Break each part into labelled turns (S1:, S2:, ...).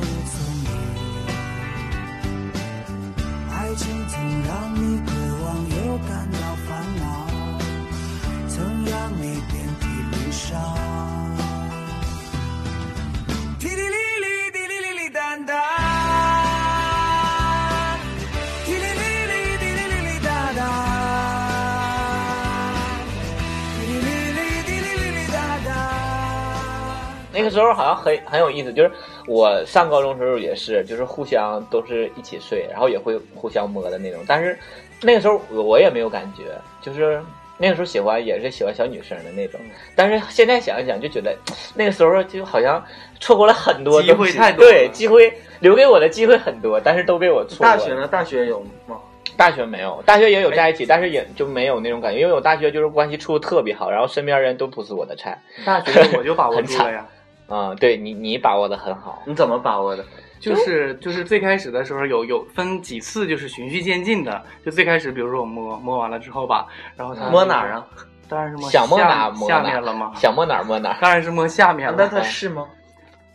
S1: 无踪影。爱情曾让你渴望又感到烦恼，曾让你遍体鳞伤。滴哩哩哩，滴哩哩哩当当，滴哩哩哩，滴哩哩哩当当，滴哩哩哩，滴哩哩哩当当。
S2: 那个时候好像很很有意思，就是我上高中时候也是，就是互相都是一起睡，然后也会互相摸的那种。但是那个时候我也没有感觉，就是那个时候喜欢也是喜欢小女生的那种。
S3: 嗯
S2: 但是现在想一想，就觉得那个时候就好像错过了很多
S3: 机会
S2: 东西
S3: 太多了
S2: 对机会留给我的机会很多，但是都被我错过了。
S3: 大学呢？大学有吗？
S2: 大学没有，大学也有在一起，但是也就没有那种感觉，因为我大学就是关系处得特别好，然后身边人都不是我的菜
S3: 大学我就把握住了呀。
S2: 啊、对你，你把握的很好，
S3: 你怎么把握的？
S2: 哎
S3: 就是就是最开始的时候有有分几次，就是循序渐进的。就最开始，比如说我摸摸完了之后吧，然后他
S2: 嗯
S3: 就是
S2: 摸？？
S3: 当然是摸
S2: 想摸
S3: 下
S2: 哪摸
S3: 下
S2: 哪
S3: 面了吗？
S2: 想摸哪儿摸哪儿。
S3: 当然是摸下 面了。
S4: 那他是吗？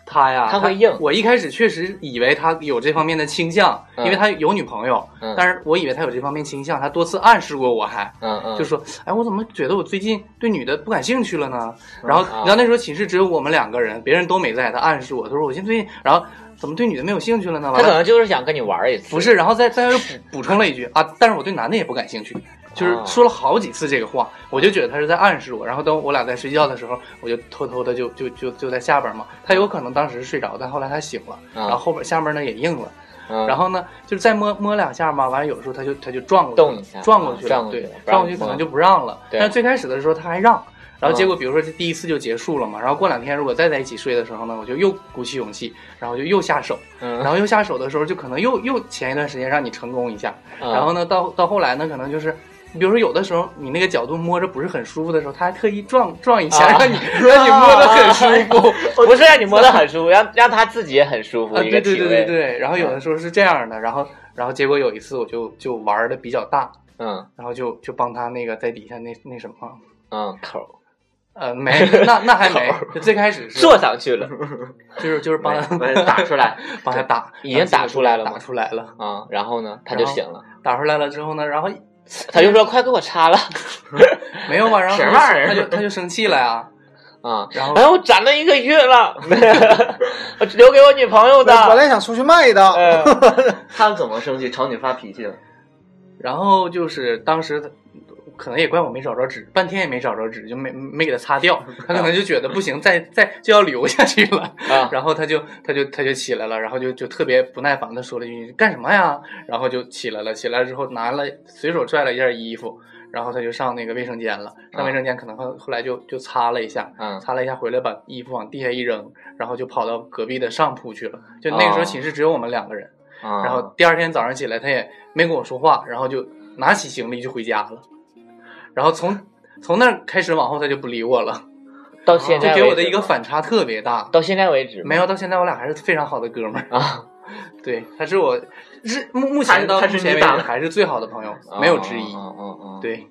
S3: 他呀，
S2: 他会硬
S3: 我一开始确实以为他有这方面的倾向，
S2: 嗯
S3: 因为他有女朋友，
S2: 嗯
S3: 但是我以为他有这方面倾向，他多次暗示过我还。
S2: 嗯嗯，
S3: 就说，哎，我怎么觉得我最近对女的不感兴趣了呢？
S2: 嗯
S3: 然后，
S2: 啊
S3: 你知道那时候寝室只有我们两个人，别人都没在。他暗示我，他说我现在最近，然后怎么对女的没有兴趣了呢？
S2: 他
S3: 完
S2: 可
S3: 了，
S2: 能就是想跟你玩儿一次，
S3: 不是，然后再再又补补充了一句啊，但是我对男的也不感兴趣，就是
S2: 啊
S3: 说了好几次这个话，我就觉得他是在暗示我。然后等我俩在睡觉的时候，我就偷偷的就就就就在下边嘛。他有可能当时是睡着，但后来他醒了，
S2: 啊
S3: 然后后边下面呢也硬了，
S2: 嗯，
S3: 然后呢就是再摸摸两下嘛，完了有时候他就他就撞过去了
S2: 动一下，啊
S3: 撞过去
S2: 撞
S3: 了，
S2: 过去
S3: 对
S2: 了，不让
S3: 撞过去可能就不让了。
S2: 对
S3: 但是最开始的时候他还让，然后结
S2: 嗯
S3: 果比如说这第一次就结束了嘛，然后过两天如果再在一起睡的时候呢，我就又鼓起勇气，然后就又下手，
S2: 嗯，
S3: 然后又下手的时候就可能又又前一段时间让你成功一下，
S2: 嗯
S3: 然后呢到到后来呢可能就是。比如说，有的时候你那个角度摸着不是很舒服的时候，他还特意撞撞一下，
S2: 啊哦
S3: 让你让你摸得很舒服。
S2: 不是让你摸的很舒服，让让他自己也很舒服，
S3: 啊，
S2: 一
S3: 对
S2: 个
S3: 对
S2: 体
S3: 对
S2: 位，嗯
S3: 对对。然后有的时候是这样的，然后然后结果有一次我就就玩的比较大，
S2: 嗯
S3: 然后就就帮他那个在底下那那什么，
S2: 嗯，口
S3: 呃，没，那那还没，就最开始是
S2: 坐上去了
S3: 就是就是帮他
S4: 把它打 出 来，
S3: 帮他打，
S2: 已经打出来了吗
S3: 打出来了，
S2: 啊，然后呢，他就
S3: 然后
S2: 醒了，
S3: 打出来了之后呢，然后
S2: 他就说快给我 擦了
S3: 没有嘛，然后
S4: 什么玩意儿
S3: 他就他就生气了呀，
S2: 啊，
S3: 然后
S2: 哎，我攒了一个 月了，我留给我女朋友的，
S5: 本来想出去卖一刀，
S2: 哎
S4: 他怎么生气？朝你发脾气了？
S3: 然后就是当时他可能也怪我没找着纸，半天也没找着纸，就没没给他擦掉，他可能就觉得不行，再再就要流下去了，
S2: 啊
S3: 然后他就他就他就起来了，然后就就特别不耐烦的说了一句干什么呀？然后就起来了，起来之后拿了随手拽了一件衣服，然后他就上那个卫生间了，上卫生间可能后后来就就擦了一下， 啊
S2: 嗯
S3: 擦了一下回来把衣服往地下一扔，然后就跑到隔壁的上铺去了。就那个时候
S2: 哦
S3: 寝室只有我们两个人，
S2: 啊，
S3: 然后第二天早上起来他也没跟我说话，然后就拿起行李就回家了，然后从从那儿开始往后他就不理我了，
S2: 到现
S3: 就
S2: 在
S3: 给
S2: 为
S3: 我的
S2: 止
S3: 一个
S2: 吗
S3: 反差特别大。
S2: 到现在为止吗
S3: 没有，到现在我俩还是非常好的哥们儿。
S2: 啊，
S3: 对，他是我，是目目
S4: 他
S3: 前到
S4: 他
S3: 目
S4: 是
S3: 前为
S4: 你
S3: 止
S4: 打的
S3: 还是最好的朋友，没有之一。
S2: 嗯嗯嗯，
S3: 对，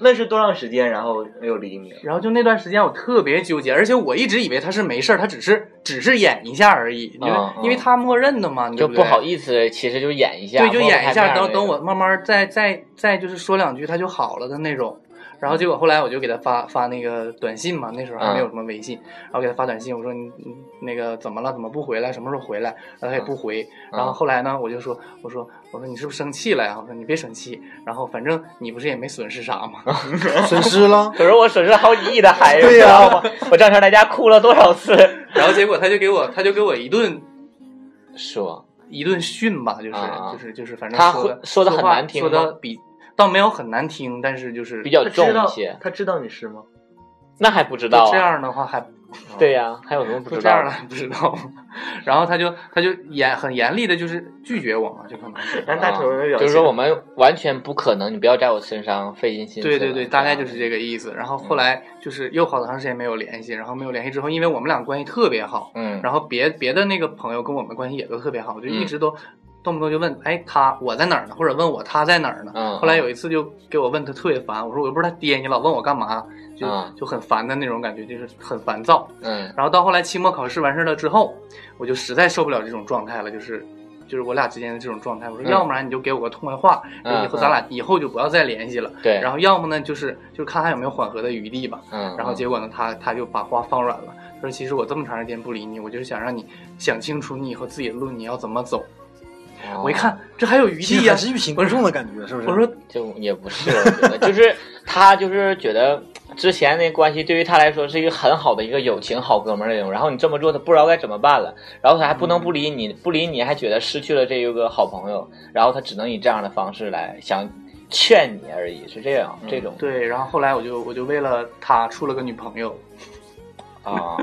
S4: 那是多长时间？然后没有理你了？
S3: 然后就那段时间我特别纠结，而且我一直以为他是没事儿，他只是只是演一下而已，因为、
S2: 嗯嗯
S3: 因为他默认的嘛，你
S2: 就
S3: 对
S2: 不
S3: 不
S2: 好
S3: 思，
S2: 意思，其实就演一下，
S3: 对，就演一下，
S2: 摸摸
S3: 等
S2: 他面儿
S3: 等我
S2: 那种，
S3: 慢慢再再再就是说两句他就好了的那种。然后结果后来我就给他发发那个短信嘛，那时候还没有什么
S2: 嗯
S3: 微信，然后给他发短信，我说你你那个怎么了？怎么不回来？什么时候回来？然后他也不回，
S2: 嗯
S3: 然后后来呢，我就说，我说，我说你是不是生气了呀？我说你别生气，然后反正你不是也没损失啥 嘛。
S5: 损失了。
S2: 可是我损失了好几亿的孩子，
S5: 对
S2: 你知
S5: 呀
S2: 道吗？我正常在家哭了多少次？
S3: 然后结果他就给我，他就给我一顿
S2: 说
S3: 一顿训吧，就是、
S2: 啊啊
S3: 就是就是，反正
S2: 他
S3: 说的
S2: 会说得很
S3: 话
S2: 难听
S3: 说的
S2: 吗
S3: 比倒没有很难听，但是就是
S2: 比较
S4: 他
S2: 重
S4: 知道
S2: 一些，
S4: 他知道你是吗？
S2: 那还不知道
S3: 就
S2: 啊？
S3: 这样的话还
S2: 对呀、还有什么不
S3: 就
S2: 知
S3: 这
S2: 道
S3: 样了
S2: 的？
S3: 还不知道， 然后他就他就严很严厉的就是拒绝我嘛，就可能 是
S4: 让大头的表情，
S2: 啊就是说我们完全不可能，你不要在我身上费尽心思了。
S3: 对对对，大概就是这个意思。然后后来就是又好长时间没有联系，然后没有联系之后，因为我们俩关系特别好，
S2: 嗯，
S3: 然后别别的那个朋友跟我们关系也都特别好，就一直都动不动就问，哎，他我在哪儿呢？或者问我他在哪儿呢？
S2: 嗯
S3: 后来有一次就给我问他特别烦，我说我又不是他爹，你老问我干嘛？就、
S2: 嗯
S3: 就很烦的那种感觉，就是很烦躁。
S2: 嗯
S3: 然后到后来期末考试完事儿了之后，我就实在受不了这种状态了，就是就是我俩之间的这种状态。我说，
S2: 嗯
S3: 要不然你就给我个痛快话，
S2: 嗯
S3: 就以后咱俩以后就不要再联系了。
S2: 对，
S3: 然
S2: 后
S3: 后要么呢，就是就是看还有没有缓和的余地吧。
S2: 嗯，
S3: 然后结果呢，他他就把话放软了，他说其实我这么长时间不理你，我就是想让你想清楚你以后自己的路你要怎么走。
S2: 哦
S3: 我一看这还有余
S5: 其
S3: 地
S5: 实
S3: 呀、
S5: 还是欲擒故纵的感觉，是不是？
S3: 我说
S2: 就也不是，我觉得就是 他就是觉得之前那关系对于他来说是一个很好的一个友情好哥们儿那种，然后你这么做他不知道该怎么办了，然后他还不能不理你，不理你还觉得失去了这个好朋友，然后他只能以这样的方式来想劝你而已，是这样这种
S3: 嗯对，然后后来我就我就为了他处了个女朋友，
S2: 啊，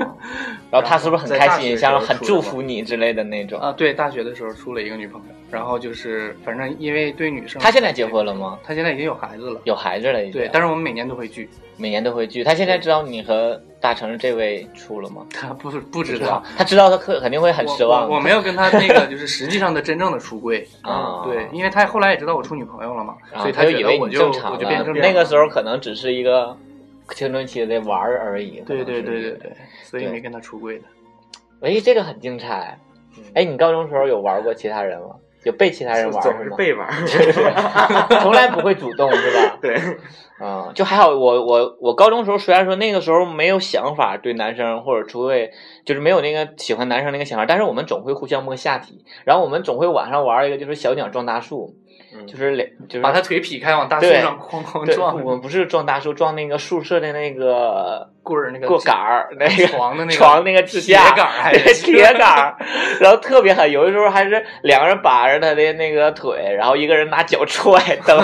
S2: 然后他是不是很开心，像很祝福你之类的那种？
S3: 啊，对，大学的时候处了一个女朋友，然后就是反正因为对女生，
S2: 他现在结婚了吗？
S3: 他现在已经有孩子了，
S2: 有孩子了已经，
S3: 对，但是我们每年都会聚，
S2: 每年都会聚。他现在知道你和大成这位处了吗？
S3: 他不不
S2: 不
S3: 知道，，
S2: 他知道他肯肯定会很失望
S3: 我我。我没有跟他那个就是实际上的真正的出 柜
S2: 啊
S3: 对，因为他后来也知道我处女朋友了嘛，
S2: 然
S3: 所
S2: 后
S3: 以啊他
S2: 就
S3: 觉
S2: 以
S3: 得
S2: 为
S3: 我
S2: 你
S3: 就
S2: 正常
S3: 我
S2: 了，
S3: 就变正常
S2: 那个时候可能只是一个青春期的玩儿而已。
S3: 对对对
S2: 可能是
S3: 对对，所以没跟他出柜的。
S2: 哎，这个很精彩。哎，你高中时候有玩过其他人吗？有被其他人玩
S4: 总是
S2: 吗？
S4: 被玩儿，
S2: 从来不会主动是吧？
S4: 对，
S2: 嗯，就还好我，我我高中时候虽然说那个时候没有想法对男生或者出柜，就是没有那个喜欢男生那个想法，但是我们总会互相摸下体，然后我们总会晚上玩一个就是小鸟撞大树，
S4: 嗯
S2: 就是两就是
S3: 把他腿劈开，往大树
S2: 对
S3: 上哐哐
S2: 对，
S3: 撞，
S2: 我们不是撞大树，撞那个宿舍的那个
S3: 棍儿那个
S2: 过杆儿，那个
S3: 床的那个
S2: 床那个
S3: 是
S2: 铁
S3: 铁 杆儿还是
S2: 铁杆儿，然后特别狠，有的时候还是两个人把着他的那个腿，然后一个人拿脚踹，蹬，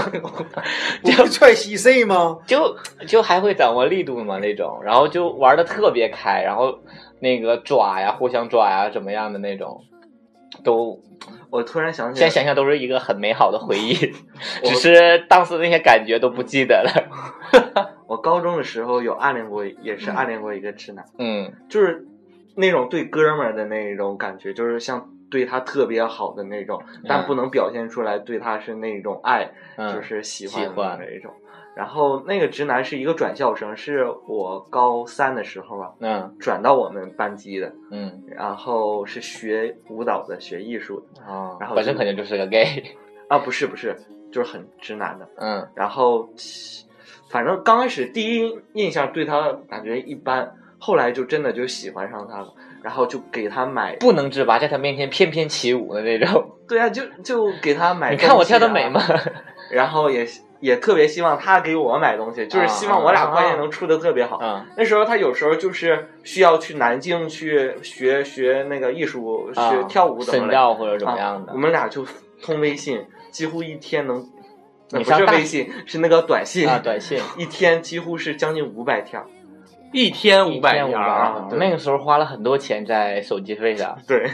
S5: 你
S2: 就
S5: 不踹稀碎吗？
S2: 就就还会掌握力度嘛那种，然后就玩的特别开，然后那个抓呀，互相抓呀，怎么样的那种，都
S4: 我突然想起
S2: 现在
S4: 来，
S2: 想想都是一个很美好的回忆，只是当时那些感觉都不记得了。
S4: 我高中的时候有暗恋过，也是暗恋过一个直男，
S2: 嗯
S4: 就是那种对哥们儿的那种感觉，就是像对他特别好的那种，但不能表现出来对他是那种爱，
S2: 嗯，
S4: 就是喜
S2: 喜
S4: 欢
S2: 欢
S4: 的那种。然后那个直男是一个转校生，是我高三的时候啊
S2: 嗯
S4: 转到我们班级的，
S2: 嗯
S4: 然后是学舞蹈的，学艺术的
S2: 啊
S4: 然后
S2: 本身
S4: 就
S2: 肯定就是个 gay。
S4: 啊，不是不是，就是很直男的。
S2: 嗯
S4: 然后反正刚开始第一印象对他感觉一般，后来就真的就喜欢上他了，然后就给他买，，
S2: 不能自拔，在他面前翩翩起舞的那种。
S4: 对啊，就就给他买、啊
S2: 你看我跳的美吗？？
S4: 然后也也特别希望他给我买东西，就是希望我俩关系能处的特别好。
S2: 啊
S4: 那时候他有时候就是需要去南京去学学那个艺术，学、
S2: 啊，
S4: 跳舞怎么
S2: 深
S4: 的，
S2: 造或者怎么样
S4: 啊
S2: 的
S4: 我？们俩就通微信，几乎一天能，那
S2: 你
S4: 不
S2: 上
S4: 是
S2: 大
S4: 微信，是那个短信
S2: 啊，短信
S4: 一天几乎是将近五百条。
S3: 一天五百
S2: 五
S3: 条
S4: 啊
S3: 儿，
S2: 百。
S4: 对
S2: 那个时候花了很多钱在手机费上。
S4: 对，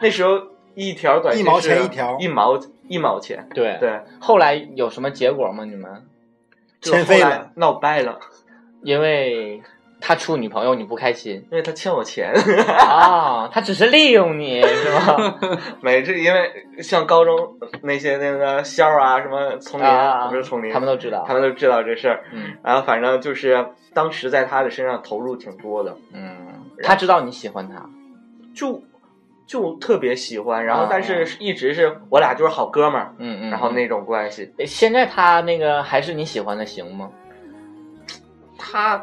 S4: 那时候一条短信
S5: 一毛钱
S4: 是
S5: 一条
S4: 一毛一毛钱。
S2: 对。
S4: 对，
S2: 后来有什么结果吗？你们
S4: 就后
S5: 欠费
S4: 来
S5: 了
S4: 闹掰了，
S2: 因为他处女朋友你不开 心
S4: 因为他欠我钱。
S2: 啊？他只是利用你是 吗？
S4: 每次因为像高中那些那个肖啊，什么丛林，
S2: 啊
S4: 不是丛林，
S2: 他们都知道
S4: 他。们都知道这事儿。
S2: 嗯
S4: 然后反正就是当时在他的身上投入挺多的，
S2: 嗯，他知道你喜欢他。
S4: 就就特别喜欢。然后
S2: 啊
S4: 但是一直是我俩就是好哥们儿，
S2: 嗯嗯。
S4: 然后那种关系。
S2: 那现在他那个还是你喜欢的行吗？嗯
S4: 他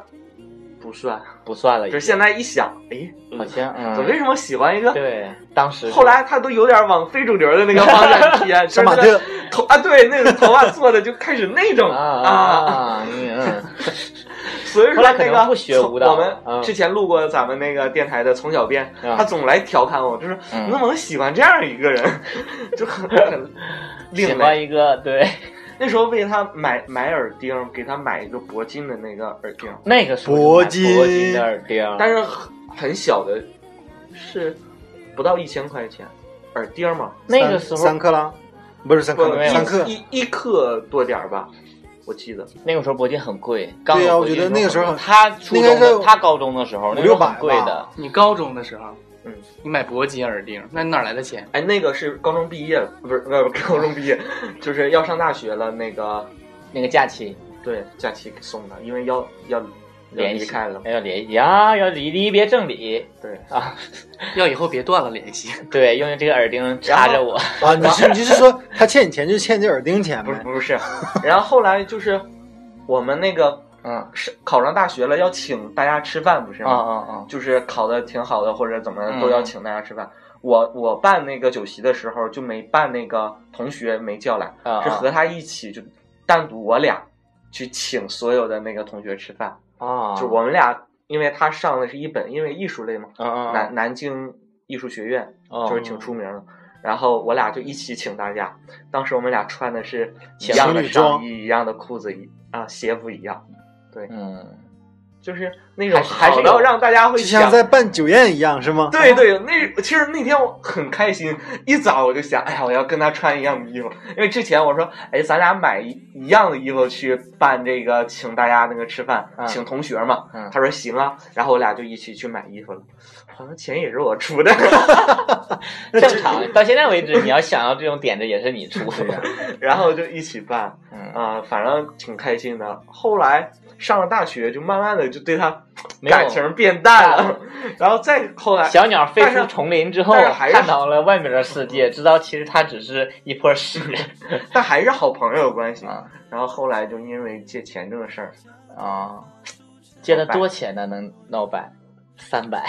S4: 不算，
S2: 不算了已
S4: 就
S2: 经，
S4: 是现在一想，哎，
S2: 好像
S4: 我为
S2: 哎嗯。
S4: 什么喜欢一个
S2: 对，当时是
S4: 后来他都有点往非主流的那个方 向偏，
S5: 杀马
S4: 就是那
S5: 特
S4: 个头啊，对，那个头发做的就开始那种啊，
S2: 啊，嗯，
S4: 所以
S2: 后
S4: 说
S2: 来可
S4: 那
S2: 能
S4: 个
S2: 不学舞蹈
S4: 我
S2: 嗯
S4: 们之前录过咱们那个电台的从小编，
S2: 嗯
S4: 他总来调侃我，就是
S2: 嗯
S4: 你怎么能喜欢这样一个人，就很很
S2: 喜
S4: 另类。
S2: 欢一个对，
S4: 那时候为他买买耳钉，给他买一个铂金的那个耳钉，
S2: 那个时候
S5: 铂
S2: 买铂
S5: 金
S2: 金的耳钉，
S4: 但是很很小的，是不到一千块钱耳钉嘛，
S2: 那个时候
S5: 三三克拉，不是三克
S4: 不
S5: 拉，
S2: 没有
S5: 三克。
S4: 一一克多点儿吧，我记得。
S2: 那个时候铂金很贵。刚
S5: 对
S2: 有
S5: 呀
S2: 铂金
S5: 我觉得那个时候
S2: 很贵他初
S5: 应
S2: 中
S5: 该是
S2: 的他高中的时候，
S5: 五
S2: 那时候
S5: 六百
S2: 很贵的
S5: 吧。
S3: 你高中的时候，
S4: 嗯，
S3: 你买铂金耳钉，那你哪来的钱？
S4: 哎，那个是高中毕业，不是不是高中毕业，就是要上大学了。那个
S2: 那个假期
S4: 对假期给送的，因为要要要
S2: 联
S4: 离
S2: 系
S4: 开了。
S2: 要联系呀，要离离别正理
S4: 对，
S2: 啊！
S3: 要以后别断了联系。
S2: 对，用这个耳钉插着我，
S5: 啊，你是你是说他欠你钱就欠这耳钉钱
S4: 不是
S5: 呗？
S4: 不是，然后后来就是我们那个
S2: 嗯
S4: 是考上大学了，要请大家吃饭，不是
S2: 啊
S4: 吗？
S2: 啊啊！
S4: 就是考的挺好的或者怎么
S2: 嗯
S4: 样，都要请大家吃饭。我我办那个酒席的时候就没办那个同学没叫来，
S2: 啊
S4: 是和他一起就单独我俩去请所有的那个同学吃饭，
S2: 啊，
S4: 就我们俩，因为他上的是一本，因为艺术类嘛，
S2: 嗯嗯
S4: 南南京艺术学院
S2: 嗯，
S4: 就是挺出名的。然后我俩就一起请大家，当时我们俩穿的是一
S2: 情
S4: 样的
S5: 侣装
S4: 上衣、一样的裤子、一啊鞋服一样，
S2: 嗯。
S4: 就是那种
S2: 还是
S4: 还
S2: 好
S4: 是
S2: 的
S4: 要让大家会
S5: 就像
S4: 想
S5: 在办酒宴一样是吗？
S4: 对对，那其实那天我很开心，一早我就想，哎呀，我要跟他穿一样的衣服，因为之前我说，哎，咱俩买一一样的衣服去办这个请大家那个吃饭，
S2: 嗯
S4: 请同学嘛。
S2: 嗯
S4: 他说行啊，然后我俩就一起去买衣服了，好像钱也是我出的。
S2: 正常，到现在为止，你要想到这种点子也是你出的。
S4: 然后就一起办
S2: 嗯，
S4: 啊、反正挺开心的。后来上了大学，就慢慢的就对他
S2: 没有
S4: 感情变淡了，然后再后来
S2: 小鸟飞出丛林之后，
S4: 呃但是还是
S2: 看到了外面的世界，知道其实它只是一坨屎。
S4: 但还是好朋友关系。
S2: 啊
S4: 然后后来就因为借钱这个事儿，
S2: 啊！借了多钱呢？能闹掰？三百。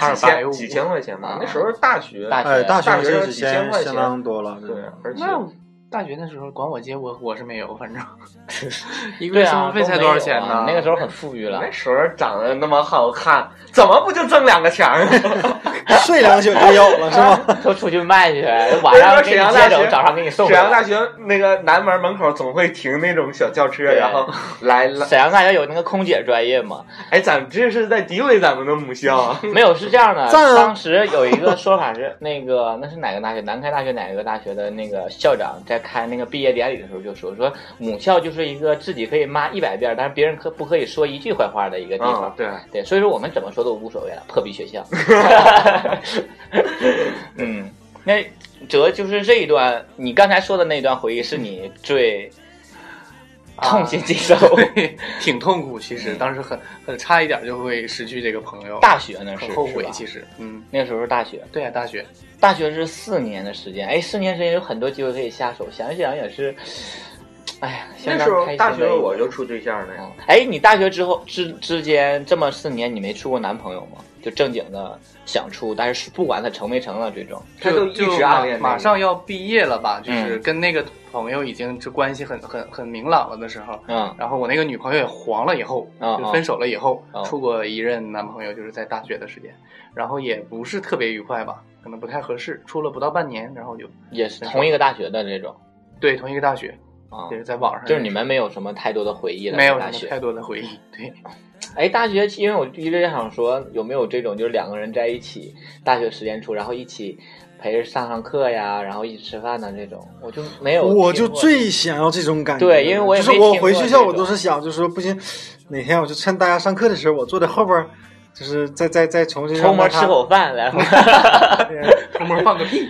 S4: 二
S3: 百五
S4: 几千块钱吧
S2: 啊。
S4: 那时候大学，
S2: 大
S5: 哎，大
S4: 大
S5: 学
S4: 学
S5: 这
S4: 有
S5: 是
S4: 几千
S5: 相
S4: 块钱
S5: 相当多了，
S4: 对，而且
S3: 那大学那时候管我借，我我是没有， 反正一个
S2: 对
S3: 月
S2: 啊，
S3: 生活费才
S2: 都
S3: 多
S2: 没有啊
S3: 少钱呢？
S2: 那个时候很富裕了
S4: 那。时候长得那么好看，怎么不就挣两个钱儿？
S5: 睡两宿就有了是吗？
S2: 都出去卖去，晚上给你
S4: 沈阳
S2: 接
S4: 大
S2: 走，
S4: 学
S2: 早上给你送
S4: 沈
S2: 回
S4: 阳大
S2: 来。
S4: 学那个南门门口总会停那种小轿车，
S2: 对
S4: 然后来了。
S2: 沈阳大学有那个空姐专业嘛？
S4: 哎，咱们这是在诋毁咱们的母校啊！
S2: 没有，是这样的。
S5: 赞啊
S2: 当时有一个说法是，那个那是哪个大学？南开大学哪个大学的那个校长在开那个毕业典礼的时候就说，说母校就是一个自己可以骂一百遍，但是别人可不可以说一句坏话的一个地方。
S4: 嗯，对，
S2: 对，所以说我们怎么说都无所谓了，破逼学 校。 嗯，那哲就是这一段，你刚才说的那一段回忆是你最痛心疾首。
S3: 对，挺痛苦。其实
S2: 嗯
S3: 当时很很差一点就会失去这个朋友，
S2: 大学那是
S3: 很后
S2: 是
S3: 悔
S2: 吧。
S3: 其实，嗯，
S2: 那时候是大学，
S3: 对啊，大学
S2: 大学是四年的时间，哎，四年时间有很多机会可以下手，想一想也是， 哎呀，相
S4: 那
S2: 当
S4: 时候
S2: 开心
S4: 大学
S2: 的一
S4: 我
S2: 个
S4: 就处对象了呀。
S2: 哎，你大学之后之之间这么四年，你没处过男朋友吗？就正经的想处，但是不管他成没成了，最终
S4: 他就
S3: 就
S4: 一直暗恋那个
S3: 马马 上要毕业了吧，就是
S2: 嗯
S3: 跟那个朋友已经这关系很很很明朗了的时候。
S2: 嗯，
S3: 然后我那个女朋友也黄了以后，
S2: 啊
S3: 就分手了以后，
S2: 啊
S3: 处过一任男朋友，就是在大学的时间，然后也不是特别愉快吧，可能不太合适，处了不到半年，然后就
S2: 也是同一个大学的这种
S3: 对同一个大学，
S2: 啊
S3: 也，是在网上认识，
S2: 就是你们没有什么太多的回忆了，
S3: 没有
S2: 大
S3: 什么太
S2: 学。
S3: 多的回忆，对，
S2: 哎，大学因为我一直想说，有没有这种就是两个人在一起，大学时间处，然后一起陪着上上课呀，然后一起吃饭呐这种，我就 没有听过。
S5: 我就最想要这种感觉。
S2: 对因为我也
S5: 就是
S2: 没
S5: 我
S2: 听
S5: 回
S2: 过
S5: 学校，
S2: 这
S5: 我都
S2: 种
S5: 是想，就是说不行，哪天我就趁大家上课的时候，我坐在后边儿，就是再再再重新
S2: 偷
S5: 让
S2: 摸
S5: 大
S2: 吃
S5: 家
S2: 口饭，然后
S3: 偷摸放个屁，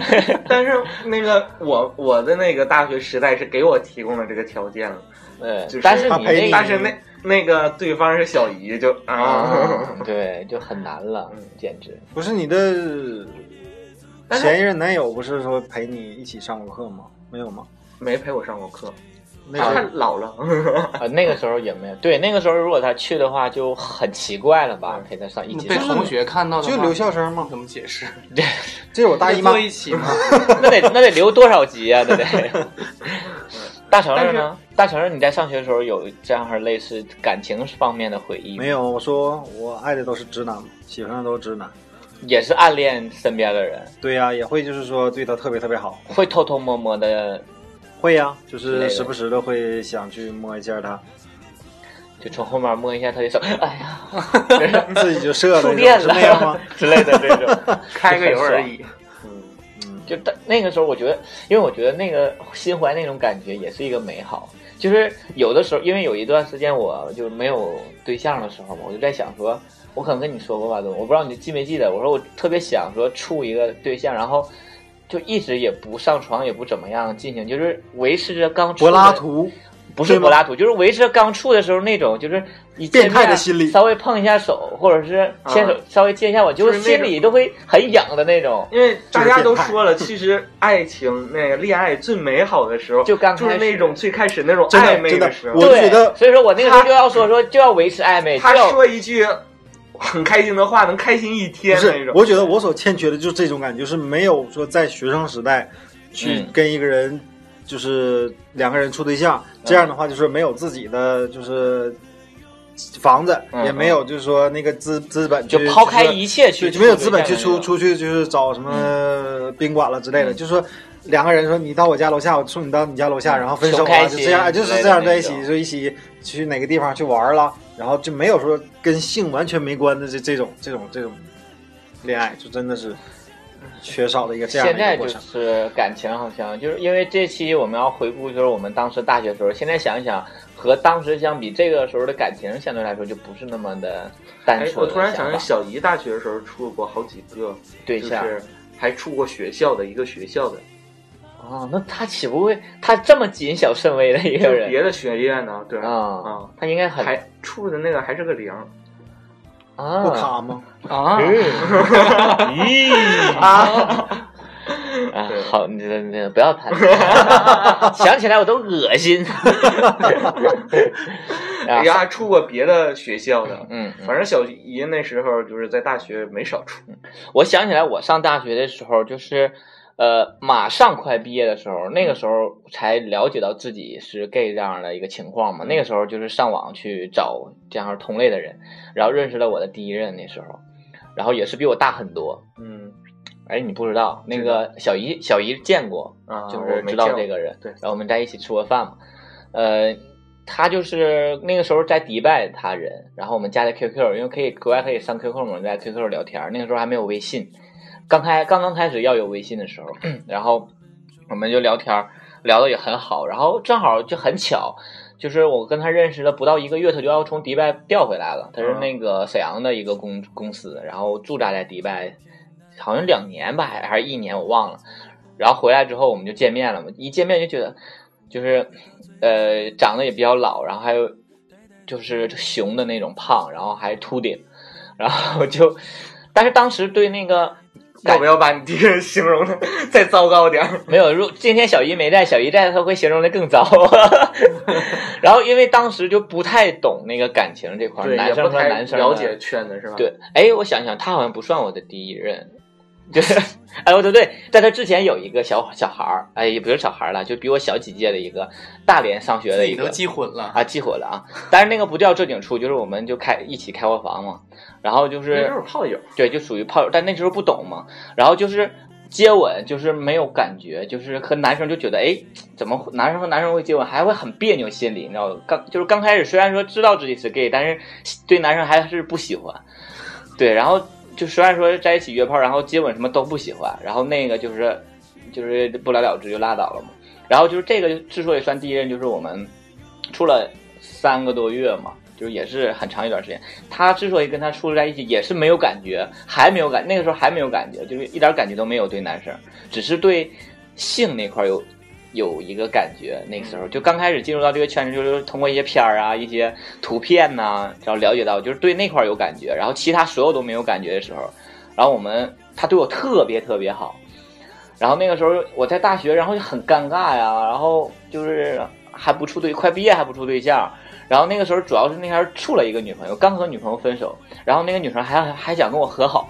S4: 但是那个我我的那个大学时代是给我提供了这个条件了，
S2: 呃
S4: 就，是
S2: 但是
S5: 嗯他
S2: 你那个
S5: 陪你
S4: 但是那那个对方是小姨，就啊，
S2: 啊，对，就很难了，
S5: 嗯
S2: 简直。
S5: 不是你的前一任男友不是说陪你一起上过课吗？没有吗？
S4: 没陪我上过课，
S5: 那
S4: 他太
S5: 个
S4: 老了。
S2: 啊，那个时候也没有对，那个时候如果他去的话就很奇怪了
S5: 嗯
S2: 吧？陪他上一起
S3: 被
S2: 上
S3: 同学看到的话
S5: 就留校生嘛，
S3: 怎么解释？
S5: 这是我 大姨妈
S3: 坐。一起吗？
S2: 那得那得留多少集啊？那 得。大成儿呢？大成儿，你在上学的时候有这样类似感情方面的回忆吗
S5: 没？有，我说我爱的都是直男，喜欢的都是直男。
S2: 也是暗恋身边的人，
S5: 对呀、也会就是说对他特别特别好，
S2: 会偷偷摸摸的
S5: 会呀、就
S2: 类
S5: 是
S2: 的
S5: 时不时的会想去摸一下它，
S2: 就从后面摸一下他的手，哎 呀，
S5: 自己就 射
S2: 触
S5: 了，
S2: 电
S5: 是
S2: 了
S5: 那样吗？
S2: 之类的这种。
S4: 开个油 而已。
S5: 嗯嗯，
S2: 就但那个时候，我觉得，因为我觉得那个心怀那种感觉也是一个美好。就是有的时候，因为有一段时间我就没有对象的时候嘛，我就在想说，我可能跟你说过吧，都我不知道你记没记得，我说我特别想说处一个对象，然后就一直也不上床，也不怎么样进行，就是维持着刚处
S5: 柏拉
S2: 的
S5: 图
S2: 不是
S5: 对吗
S2: 柏拉图，就是维持刚处的时候那种，就是一见面
S5: 变态的心理
S2: 稍微碰一下手，或者是牵手、
S4: 啊
S2: 稍微接一下我，就是
S4: 就是那
S2: 心
S4: 种
S2: 里都会很痒的那种。
S4: 因为大家都说了，其实爱情那个恋爱最美好的时候，
S2: 就刚开
S4: 就是
S2: 始
S4: 那种最开始那种
S5: 真的
S4: 暧昧
S5: 真的
S4: 时
S5: 我
S4: 候。
S2: 对，
S5: 觉得
S2: 所以说我那个时候就要说说就要维持暧昧，就
S4: 他
S2: 要
S4: 说一句很开心的话，能开心一
S5: 不
S4: 天那
S5: 是，
S4: 种。
S5: 我觉得我所欠缺的就是这种感觉，就是没有说在学生时代去
S2: 嗯
S5: 跟一个人，就是两个人处对象，这样的话就是没有自己的就是房子，
S2: 嗯
S5: 也没有就是说那个资资本去
S2: 就抛开
S5: 就是
S2: 一切去
S5: 对，
S2: 处
S5: 就
S2: 对
S5: 没有
S2: 象
S5: 资本去
S2: 的那
S5: 出
S2: 种
S5: 出去，就是找什么宾馆了之类的。
S2: 嗯
S5: 就是说，两个人说你到我家楼下，我送你到你家楼下，然后分手
S2: 穷开
S5: 啊，
S2: 心
S5: 就这样，
S2: 之
S5: 就
S2: 类的
S5: 是这样在一
S2: 那
S5: 起，
S2: 种
S5: 就一起去哪个地方去玩了，然后就没有说跟性完全没关的这这种这种这种恋爱，就真的是缺少了一个这样的
S2: 现在
S5: 一个
S2: 就
S5: 过程。
S2: 是感情，好像就是因为这期我们要回顾，就是我们当时大学时候，现在想一想，和当时相比，这个时候的感情相对来说就不是那么的单
S4: 哎，
S2: 纯
S4: 我
S2: 的
S4: 突然想
S2: 想
S4: 起
S2: 法
S4: 小姨大学的时候处过好几个
S2: 对
S4: 就
S2: 象。
S4: 是还处过学校的一个学校的，
S2: 哦，那他岂不会他这么谨小慎微的一
S4: 就
S2: 个
S4: 是别
S2: 人
S4: 的学院呢，对啊
S2: 啊？
S5: 嗯
S2: 他应该很
S4: 还处的那个还是个零
S2: 啊
S5: 不卡吗？
S3: 啊，
S2: 咦啊！啊，好，你这你这不要 谈，想起来我都恶 心。
S4: 人
S2: 啊，
S4: 哎家还处过别的学校的，
S2: 嗯，
S4: 反正小姨那时候就是在大学没少处，
S2: 我想起来，我上大学的时候，就是呃，马上快毕业的时候，那个时候才了解到自己是 gay 这样的一个情况嘛。那个时候就是上网去找这样同类的人，然后认识了我的第一任，那时候，然后也是比我大很多。
S4: 嗯
S2: 哎，你不知道那个小姨，小姨见过，
S4: 啊，
S2: 就是
S4: 我没
S2: 知道
S4: 见
S2: 这
S4: 过
S2: 个人，
S4: 对
S2: 然后我们在一起吃过饭嘛，呃，他就是那个时候在迪拜他人，然后我们加的 QQ，因为可以国外可以上 QQ 嘛，我们在 QQ 聊天儿，那个时候还没有微信，刚开刚刚开始要有微信的时候， 然后我们就聊天儿，聊的也很好，然后正好就很巧。就是我跟他认识了不到一个月，他就要从迪拜调回来了。他是
S4: 嗯
S2: 那个沈阳的一个公公司，然后驻扎在迪拜，好像两年吧，还还是一年，我忘了。然后回来之后我们就见面了嘛，一见面就觉得就是呃长得也比较老，然后还有就是熊的那种胖，然后还秃顶， 然后就但是当时对那个
S4: 要不要把你第一人形容的 再糟糕点儿？
S2: 没有，如今天小姨没在，小姨在她会形容的更糟。 然后因为当时就不太懂那个感情这块儿，
S4: 对，
S2: 啊男
S4: 也
S2: 生
S4: 不
S2: 和
S4: 太
S2: 男生的
S4: 了解圈子是吧？，
S2: 对，哎，我想想，他好像不算我的第一任，就是，哎，我对对，在他之前有一个小小孩儿，哎，也不是小孩儿了，就比我小几届的一个大连上学的一
S3: 你都
S2: 个
S3: 记混了。
S2: 啊，记混了啊。但是那个不叫正经处，就是我们就开一起开过房嘛，然后就
S4: 那
S2: 是
S4: 就是炮友，
S2: 对，就属于炮友，但那时候不懂嘛，然后就是。接吻就是没有感觉，就是和男生就觉得，哎，怎么会男生和男生会接吻，还会很别扭，心里你知道吗？刚就是刚开始虽然说知道自己是 gay，但是对男生还是不喜欢。对，然后就虽然说在一起约炮，然后接吻什么都不喜欢，然后那个就是就是不了了之就拉倒了嘛。然后就是这个之所以算第一任，就是我们处了三个多月嘛，就是也是很长一段时间。他之所以跟他处在一起，也是没有感觉，还没有感，那个时候还没有感觉，就是一点感觉都没有对男生，只是对性那块儿有。有一个感觉，那个时候就刚开始进入到这个圈子，就是通过一些片儿啊、一些图片呐、然后了解到就是对那块儿有感觉，然后其他所有都没有感觉的时候，然后我们他对我特别特别好，然后那个时候我在大学，然后就很尴尬呀，然后就是还不处对，快毕业还不处对象，然后那个时候主要是那天处了一个女朋友，刚和女朋友分手，然后那个女生还还想跟我和好，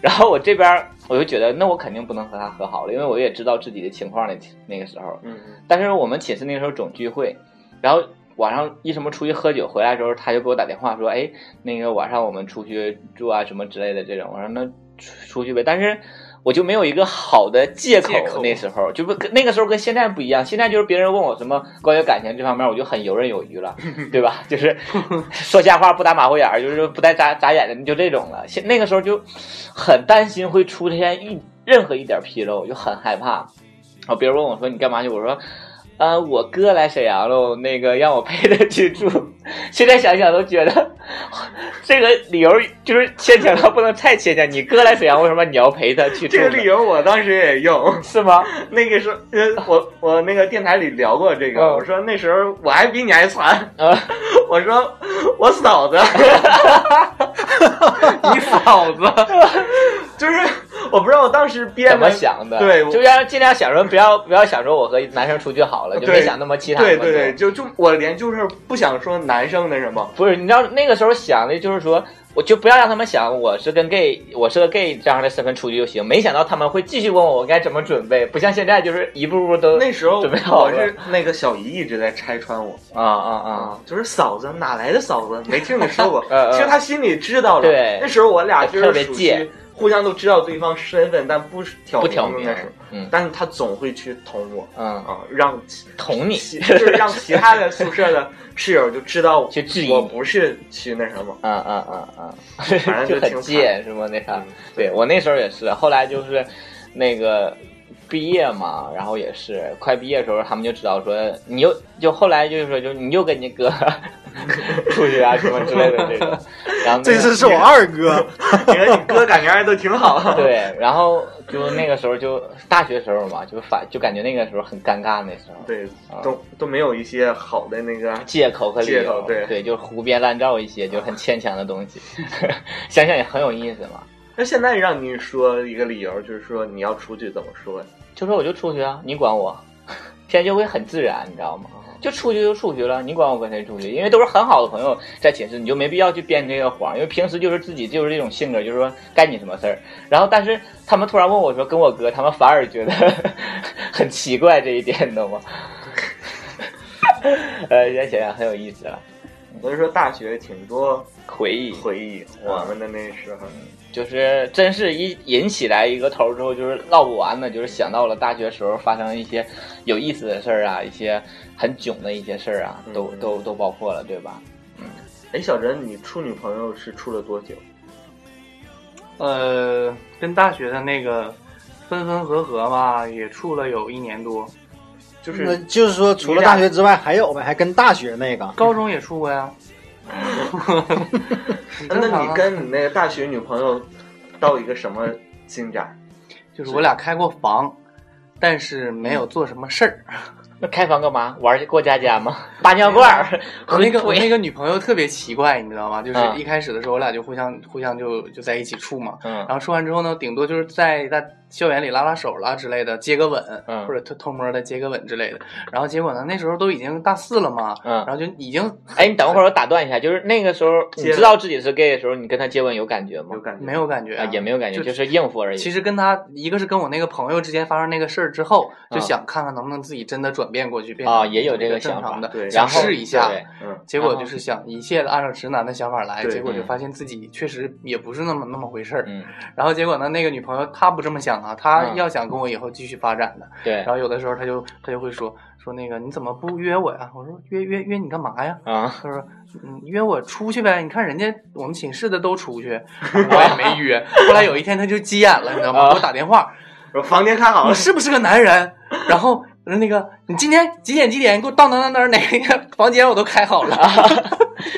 S2: 然后我这边我就觉得那我肯定不能和她和好了，因为我也知道自己的情况了，那个时候，
S4: 嗯，嗯
S2: 但是我们寝室那时候总聚会，然后晚上一什么出去喝酒，回来的时候他就给我打电话说，哎，那个晚上我们出去住啊什么之类的这种。我说那出出去呗，但是我就没有一个好的借口。
S3: 借口
S2: 那时候就不跟那个时候跟现在不一样，现在就是别人问我什么关于感情这方面，我就很游刃有 余了，对吧？就是说瞎话不打马虎眼儿，就是不带眨眨眼睛，就这种了。现那个时候就很担心会出现一任何一点纰漏，我就很害怕。然后别人问我说你干嘛去，我说。呃，我哥来沈阳了，那个让我陪他去住。 现在想想都觉得这个理由就是牵强到不能太牵强。你哥来沈阳，为什么你要陪他去住
S4: 这
S2: 呢？
S4: 个理由我当时也用，
S2: 是吗？
S4: 那个时候，呃，我我那个电台里聊过这个，
S2: 嗯
S4: 我说那时候我还比你还惨，
S2: 啊、
S4: 我说我 嫂子，
S3: 你嫂子，
S4: 就是我不知道我当时编
S2: 怎
S4: 的
S2: 么想的？
S4: 对我
S2: 就让尽量想说不要不要想说我和男生出去好了，就别
S4: 对
S2: 想那么其他的
S4: 对
S2: 问题。
S4: 对对，就就我连就是不想说男生的什么，
S2: 不是，你知道那个时候想的就是说，我就不要让他们想我是跟 gay，我是个 gay 这样的身份出去就行。没想到他们会继续问我我该怎么准备，不像现在就是一步步都
S4: 那时候
S2: 准备好
S4: 我
S2: 了
S4: 是那个小姨一直在拆穿我
S2: 啊啊啊！，，
S4: 就是嫂子哪来的嫂子，没听你说过
S2: 嗯嗯
S4: 其实她心里知道了。
S2: 对
S4: 那时候我俩就
S2: 特
S4: 是
S2: 别
S4: 属
S2: 贱
S4: 于互相都知道对方身份，但不挑
S2: 不挑
S4: 明
S2: 明
S4: 的那种，
S2: 嗯
S4: 但是她总会去捅我
S2: 嗯，
S4: 啊，让其
S2: 捅你
S4: 其就是让其他的宿舍的室友就知道
S2: 去质疑
S4: 我
S2: 你
S4: 不是去那什么。
S2: 啊啊啊啊！
S4: 正 就
S2: 很
S4: 挺
S2: 贱是吗？那啥，
S4: 嗯
S2: 对我那时候也是，后来就是那个毕业嘛，然后也是快毕业的时候，他们就知道说你又就后来就是说就你又跟你哥 出去啊什么之类的这种，然后那个
S5: 这次是我二 哥，
S4: 你和你哥感觉还都挺好。
S2: 对，然后就那个时候就大学时候嘛，就反就感觉那个时候很尴尬，那时候
S4: 对
S2: 啊，
S4: 都都没有一些好的那个
S2: 借口和理由，
S4: 借口对
S2: 对，就是胡编乱造一些就很牵强的东西， 想想也很有意思嘛。
S4: 那现在让你说一个理由，就是说你要出去怎么说呀？
S2: 就说我就出去啊，你管我， 现在就会很自然，你知道
S4: 哦
S2: 吗？就出去就出去了，你管我跟谁出去？因为都是很好的朋友在寝室，你就没必要去编这个谎，因为平时就是自己就是这种性格，就是说干你什么事儿。然后，但是他们突然问我说跟我哥，他们反而觉得 很奇怪这一点，你懂吗？ 呃，现在想想很有意思了，
S4: 所以说大学挺多
S2: 回忆嗯
S4: 回忆，我们的那时候，
S2: 就是真是一引起来一个头儿之后，就是唠不完的，就是想到了大学时候发生一些有意思的事儿啊，一些很囧的一些事儿啊，
S4: 嗯
S2: 都都都包括了，对吧？
S4: 哎，小陈，你处女朋友是处了多久？
S3: 呃，跟大学的那个分分合合吧，也处了有一年多，
S4: 就
S5: 那
S4: 是
S5: 就是说除了大学之外还有呗，还跟大学那 个
S3: 高中也处过 呀。
S4: 那
S3: 啊
S4: 你跟你那个大学女朋友到一个什么进展？
S3: 就是我俩开过房，但是没有做什么事儿。
S2: 那开房干嘛？玩儿过家家吗？扒尿罐儿，
S3: 我 那个我
S2: 回
S3: 那
S2: 腿，
S3: 个女朋友特别奇怪，你知道吗？就是
S2: 嗯
S5: 啊
S3: 一开始的时候，我俩就互相互相就就在一起处嘛。
S2: 嗯
S3: 然后处完之后呢，顶多就是在在校园里拉拉手啦之类的，接个吻，
S2: 嗯
S3: 或者偷偷摸的接个吻之类的。然后结果呢，那时候都已经大四了嘛，
S2: 嗯
S3: 然后就已经
S2: 哎，你等会儿我打断一下，就是那个时候你知道自己是 gay 的时候，你跟他接吻有感觉吗
S4: 有？感觉
S3: 没？有感觉、
S2: 啊，也没
S3: 有。
S2: 有感觉，
S3: 就
S2: 就是应付而已。
S3: 其实跟他一个是跟我那个朋友之间发生那个事儿之后，就
S2: 嗯
S3: 想看看能不能自己真的转变过去，变成
S2: 啊，也有这
S3: 一
S2: 个
S3: 个
S2: 想
S3: 正
S2: 法
S3: 常的，
S4: 对
S2: 然
S3: 想
S2: 后
S3: 试一下。
S2: 对
S4: 嗯，
S3: 结果就是想一切的按照直男的想法来，
S4: 对
S3: 结果就
S2: 嗯
S3: 发现自己确实也不是那么那么回事儿。
S2: 嗯，
S3: 然后结果呢，那个女朋友她不这么想啊，她
S2: 嗯
S3: 要想跟我以后继续发展的。
S2: 对
S3: 然后有的时候她就她就会说说那个你怎么不约我呀？我说约约约你干嘛呀？
S2: 啊，
S3: 她说嗯约我出去呗，你看人家我们寝室的都出去，我也没约。后来有一天她就急眼了，你知道吗？
S2: 啊
S3: 给我打电话，
S4: 我房间看好
S3: 你
S4: 了，
S3: 是不是个男人？然后那个你今天几点几点给我到哪哪哪儿哪个房间我都开好了。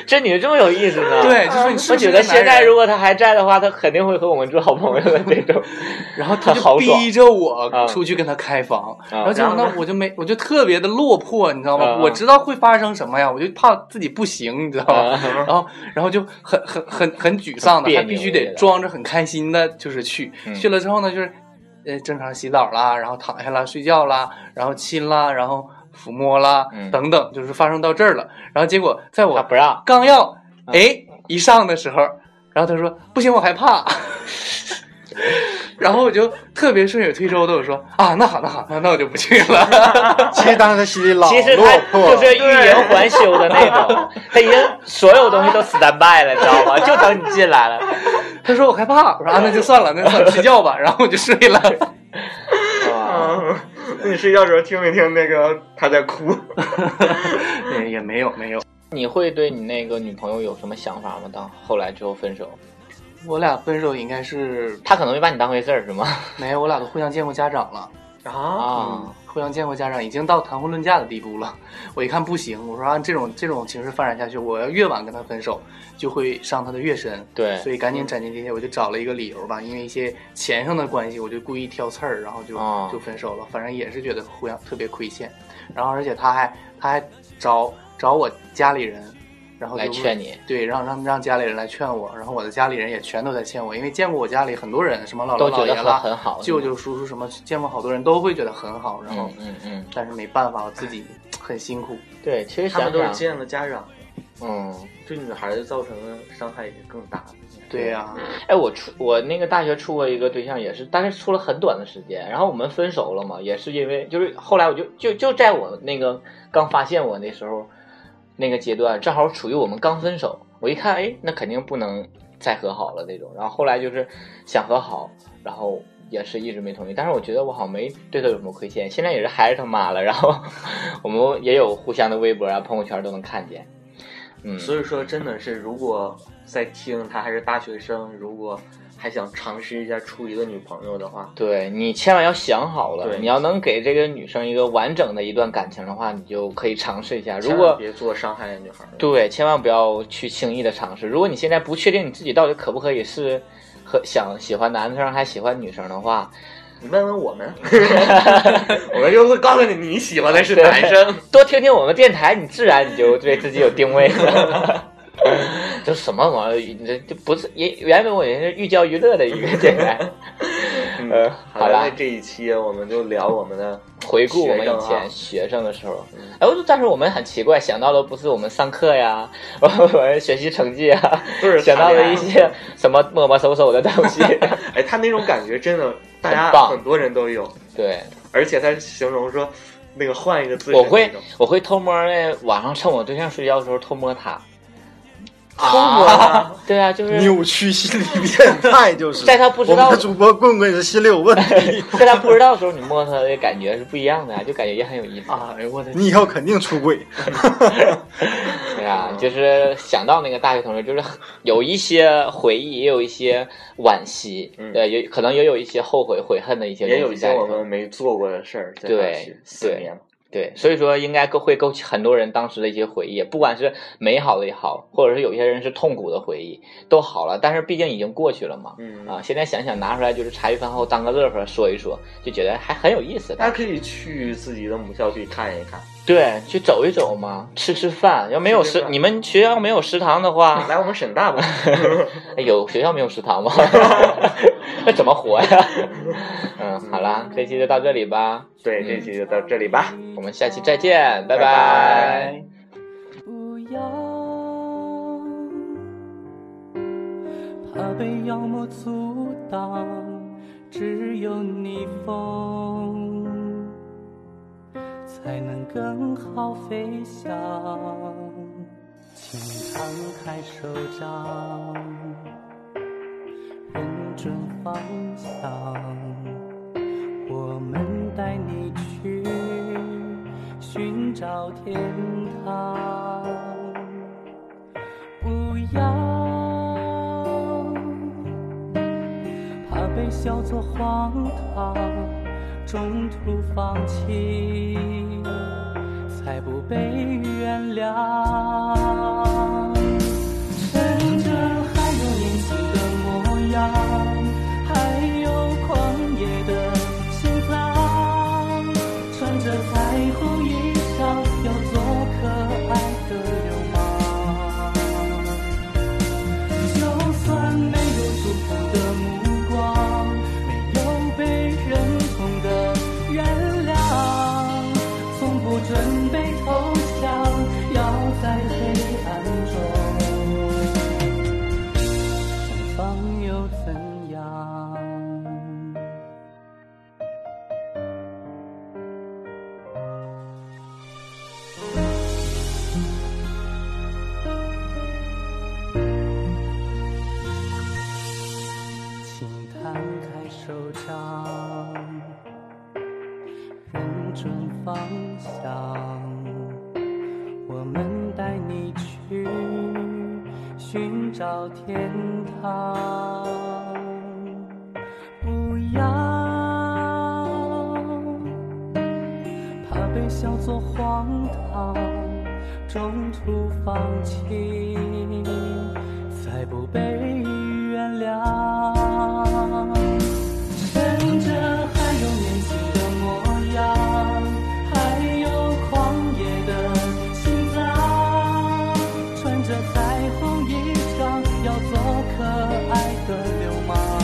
S2: 这女的这么有意思呢？
S3: 对，就说你是
S2: 啊 我
S3: 不是
S2: 觉
S3: 个
S2: 得
S3: 男
S2: 现在
S3: 人
S2: 如果他还在的话，他肯定会和我们做好朋友的那种。
S3: 然后他
S2: 豪
S3: 就
S2: 爽
S3: 逼着我
S2: 嗯
S3: 出去跟他开房，啊
S2: 嗯
S3: 然后结果
S4: 然
S3: 呢
S4: 后，呢
S3: 我就没，我就特别的落魄，你知道吗？
S2: 嗯嗯
S3: 我知道会发生什么呀，我就怕自己不行，你知道
S2: 啊
S3: 吗？然后，然后就很很很很沮丧的，
S2: 别
S3: 还
S2: 扭
S3: 必须
S2: 我觉
S3: 得
S2: 得
S3: 装着很开心的，就是去
S2: 嗯
S3: 去了之后呢，就是呃正常洗澡啦，然后躺下啦，睡觉啦，然后亲啦，然后抚摸啦
S2: 嗯
S3: 等等，就是发生到这儿了。然后结果在
S2: 他
S3: 我
S2: 啊不嗯让，
S3: 刚要哎一上的时候，然后他说不行，我害怕。 然后我就特别顺水推舟的我说啊，那好那好，那那我就不去了。
S5: 其实当时他心里老
S2: 其实
S5: 落
S2: 他
S5: 魄
S2: 就
S5: 了，
S2: 是欲迎还休的那种，他已经所有东西都 stand by 了，你知道吗？就等你进来了。
S3: 他说我害怕，我说啊那就算了，那算了睡觉吧，然后我就睡了。
S2: 啊，
S4: 嗯，那你睡觉的时候听没听那个他在哭？
S3: 也也没有没有，
S2: 你会对你那个女朋友有什么想法吗？到后来之后分手，
S3: 我俩分手应该是
S2: 她可能没把你当回事儿是吗？
S3: 没有，我俩都互相见过家长了。
S4: 啊，
S2: 啊，
S3: 互相见过家长，已经到谈婚论嫁的地步了。我一看不行，我说按这种这种情势发展下去，我要越晚跟他分手，就会伤他的越深。
S2: 对
S3: 所以赶紧斩尽这些，我就找了一个理由吧，因为一些钱上的关系，我就故意挑刺儿，然后就、
S2: 哦
S3: 就分手了。反正也是觉得互相特别亏欠，然后而且他还他还找找我家里人，然后就
S2: 来劝你，
S3: 对，让让让家里人来劝我，然后我的家里人也全都在劝我，因为见过我家里很多人，什么姥姥
S2: 都觉
S3: 姥
S2: 得
S3: 爷
S2: 很
S3: 啦、
S2: 很好，
S3: 舅舅叔叔什么，见过好多人都会觉得很好，然
S2: 是
S3: 后、
S2: 吗，嗯嗯嗯，
S3: 但是没办法，我自己很辛苦。
S2: 对，其实
S4: 他们
S2: 想
S4: 都是
S2: 想，
S4: 见了家长，
S2: 嗯，
S4: 对女孩子造成的伤害也更大。
S3: 对呀、
S2: 哎，我处我那个大学处过一个对象，也是，但是处了很短的时间，然后我们分手了嘛，也是因为就是后来我就就就在我那个刚发现我那时候那个阶段，正好处于我们刚分手，我一看，哎，那肯定不能再和好了那种，然后后来就是想和好，然后。也是一直没同意，但是我觉得我好像没对他有什么亏欠，现在也是孩子他妈了，然后 我们也有互相的微博啊、朋友圈都能看见，嗯，
S4: 所以说，真的是，如果在听他还是大学生，如果还想尝试一下处一个女朋友的话，
S2: 对你千万要想好了，
S4: 对
S2: 你要能给这个女生一个完整的一段感情的话，你就可以尝试一下。如
S4: 千万
S2: 果
S4: 别做伤害女孩儿。
S2: 对，千万不要去轻易的尝试。如果你现在不确定你自己到底可不可以是和想喜欢男生还喜欢女生的话，
S4: 你问问 我们，我们就会告诉你你喜欢的是男生。
S2: 多听听我们电台，你自然你就对自己有定位了。 这什么玩意儿？你这这不是也原本我也是寓教于乐的一个电台。呃，好
S4: 了，
S2: 啦
S4: 嗯那，这一期我们就聊我们的，
S2: 回顾我们以
S4: 啊
S2: 前学生的时候，哎，我就但是我们很奇怪，想到的不是我们上课呀，我们学习成绩啊，
S4: 不是
S2: 想到
S4: 谈
S2: 了
S4: 恋爱
S2: 一些什么摸摸搜搜的东 西。
S4: 哎，他那种感觉真的，大家
S2: 很棒
S4: 很多人都有，
S2: 对，
S4: 而且他形容说，那个换一个姿势
S2: 我
S4: 那种，
S2: 会我会偷摸的，晚上趁我对象睡觉的时候偷摸他。
S4: 啊，
S2: 对啊， 就是
S5: 扭曲心理变态就是。
S2: 在他不知道
S5: 我们的主播棍棍是心理有 问题，
S2: 在他不知道的时候，你摸他的感觉是不一样的呀，啊就感觉也很有意思。
S3: 啊，哎呦我的，
S5: 你以后肯定出轨。
S2: 对啊，就是想到那个大学同学，就是有一些回忆，也有一些惋惜，
S4: 嗯
S2: 对，也可能也有一些后悔、悔恨的一些东西
S4: 也有一些
S2: 在
S4: 我
S2: 里头
S4: 们没做过的事儿，在
S2: 对
S4: 大学四
S2: 对
S4: 年嘛
S2: 对，所以说应该勾会勾起很多人当时的一些回忆，不管是美好的也好，或者是有些人是痛苦的回忆，都好了。但是毕竟已经过去了嘛，
S4: 嗯
S2: 啊，现在想想拿出来就是茶余饭后当个乐呵说一说，就觉得还很有意思
S4: 大。家可以去自己的母校去看一看，
S2: 对，去走一走嘛，吃吃饭。要没有
S4: 吃吃
S2: 食，
S4: 饭
S2: 你们学校没有食堂的 话，
S4: 来我们沈大 吧。
S2: 哎有学校没有食堂吗？ 那怎么活呀？嗯，好啦，这期就到这里吧，嗯
S4: 对，这期就到这里吧。
S2: 我们下期再见，拜
S4: 拜拜
S1: 不要怕被妖魔阻挡，只有逆风才能更好飞翔。请敞开手掌，认准方向。我们带你去寻找天堂。不要怕被笑作荒唐，中途放弃才不被原谅。趁着还有年轻的模样，还有狂野的心脏，穿着彩虹衣裳，要做可爱的流氓。就算没有祝福的目光，没有被认同的原谅，从不准备投降，要在黑暗。寻找天堂。不要怕被笑作荒唐，中途放弃，才不被原谅。趁着还有年轻的模样，还有狂野的心脏，穿着彩虹衣裳，要做可爱的流氓。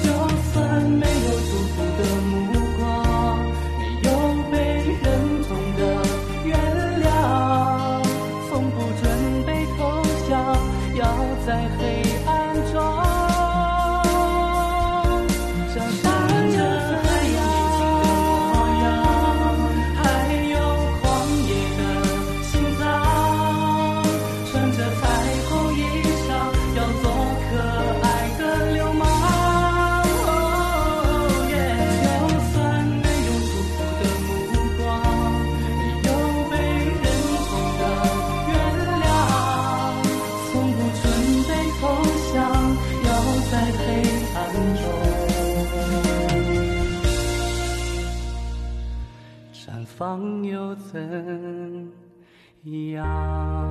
S1: 就算没有祝福的目光，没有被认同的原谅，从不准备投降，要在黑暗中长大着还有年轻的模样，还有狂野的心脏，穿着彩虹衣裳，要做可爱的流氓。哦耶就算没有祝福的目光，也有被认同的原谅，从不准备投降，要在黑暗中。绽放又怎样？